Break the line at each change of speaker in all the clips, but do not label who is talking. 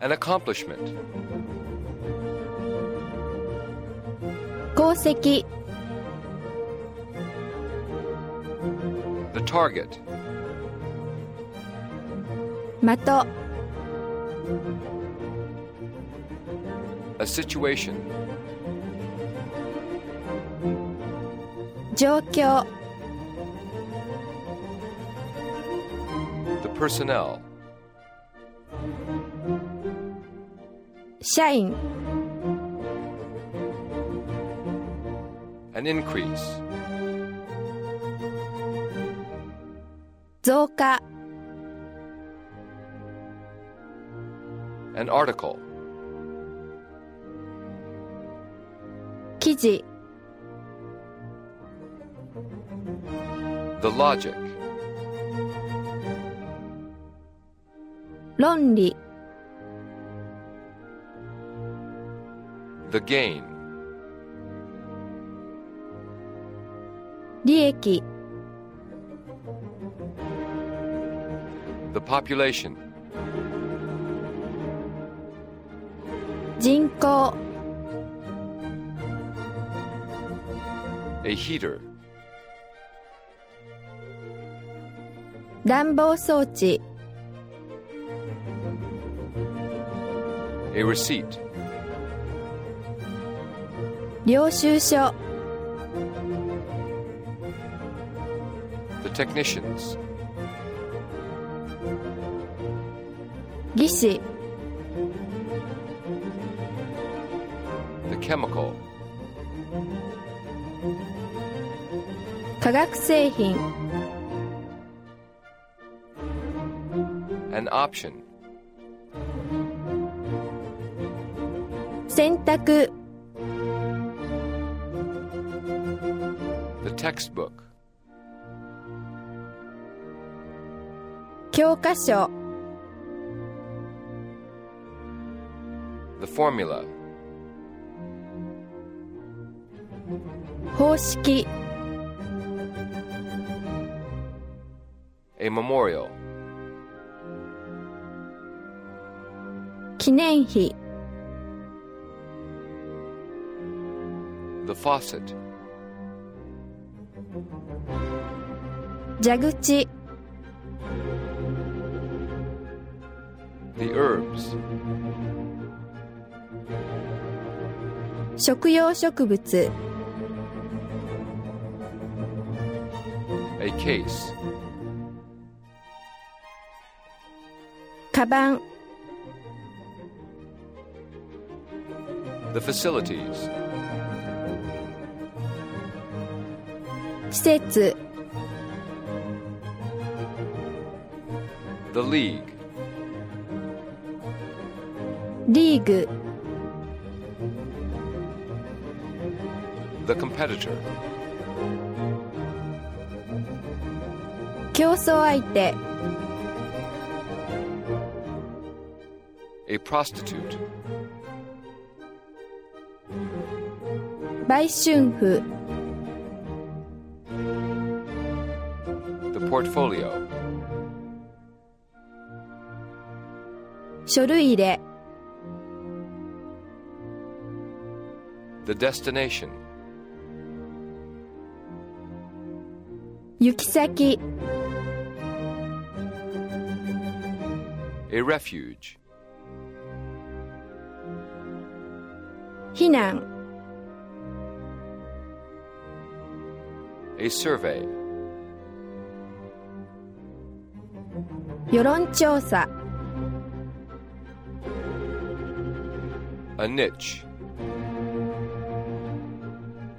an accomplishment,
功績
the target,
的
a situation,
状況
the personnel,
社員
an increase,
増加
an article,
記事
the logic,
論理
the gain,
利益
the population,
人口
a heater,
暖房装置
a receipt,
領収書
the technicians,
技師
the chemical,
化学製品
an option,
選択
the textbook,
教科書
the formula,
方式
a memorial,
記念碑
the faucet,
蛇口
the herbs,
食用植物
a case,
カバン
the facilities,
施設
the league,
リーグ
the competitor,
競争相手
a prostitute,
売春婦
the portfolio,
書類入れ
the destination,
行き先
a refuge,
避難
a survey,
世論調査
a niche,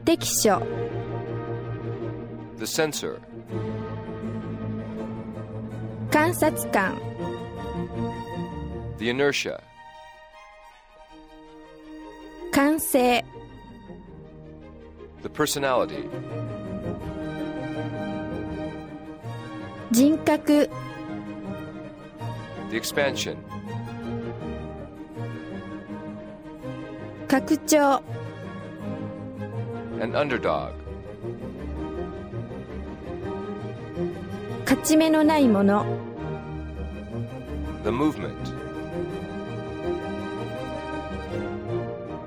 適所
the censor,
観察官
the inertia,
完成
the personality,
人格
the expansion,
拡張
an underdog,
勝ち目のないもの
the movement,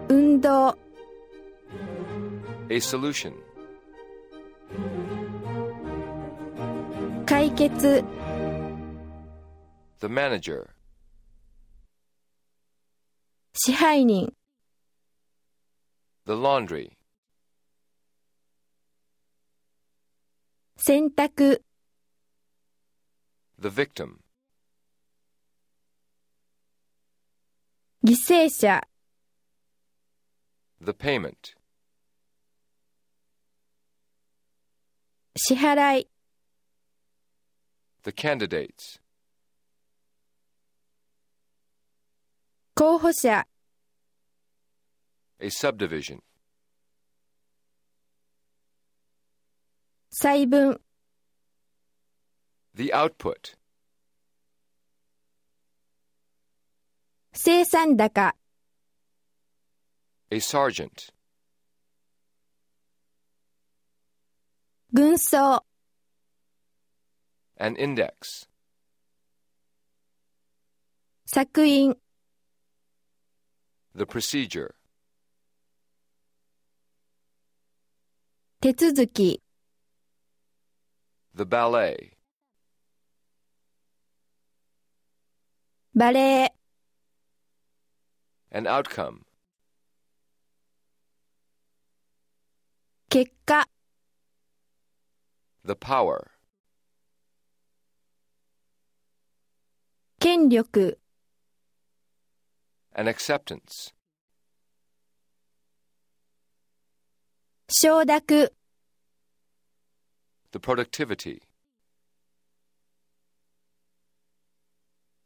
運動
a solution,
解決
the manager,
支配人
the laundry,
選択
the victim,
犠牲者
the payment,
支払い
the candidates,
候補者
a subdivision,
細分
the output,
生産高
a sergeant,
軍曹
an index,
作員
the procedure,
手続き
the ballet,
バレエ
an outcome,
結果
the power,
権力
an acceptance,
承諾
the productivity,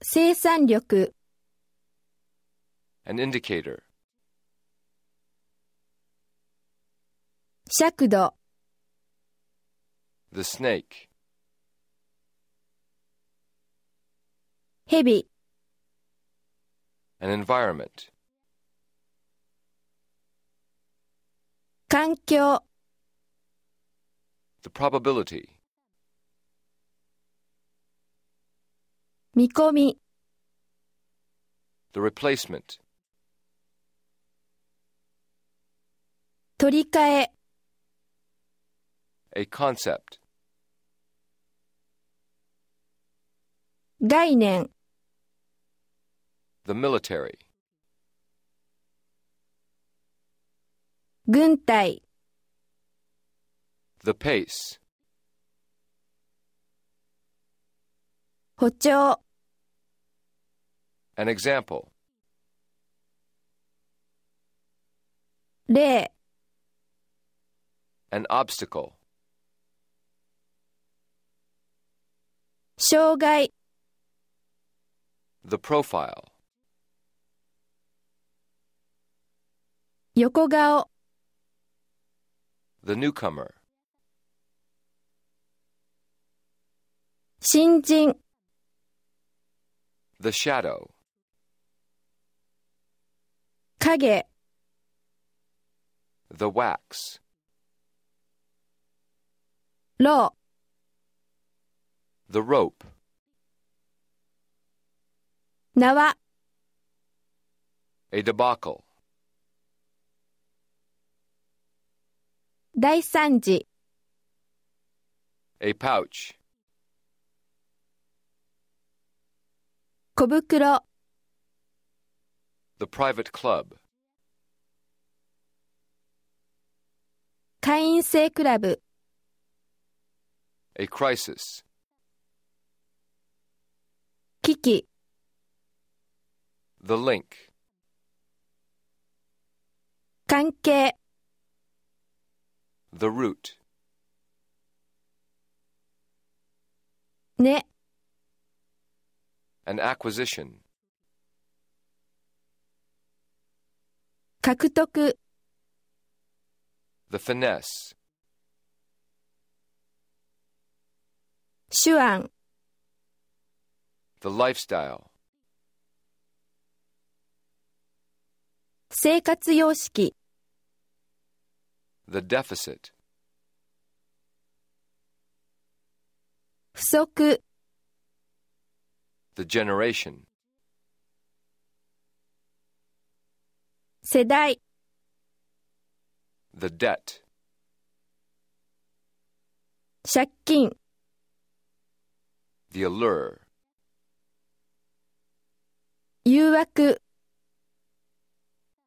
生産力
an indicator,
尺度
the snake,
蛇
an environment,
環境
the probability,
見込み
the replacement,
取り替え
a concept,
概念
the military,
軍隊
the pace,
歩調
an example,
例
an obstacle,
障害
the profile,
横顔
the newcomer,
新人
the shadow,
影
the wax,
ロ
the rope,
ー縄
a debacle,
大惨事
a pouch,
小袋
the private club,
会員制クラブ
a crisis,
危機
the link,
関係
the root,
ね
an acquisition,
獲得、
the finesse,
手腕、
the lifestyle,
生活様式、
the deficit,
不足、
the generation,
世代、
the debt,
借金、
the allure,
誘惑、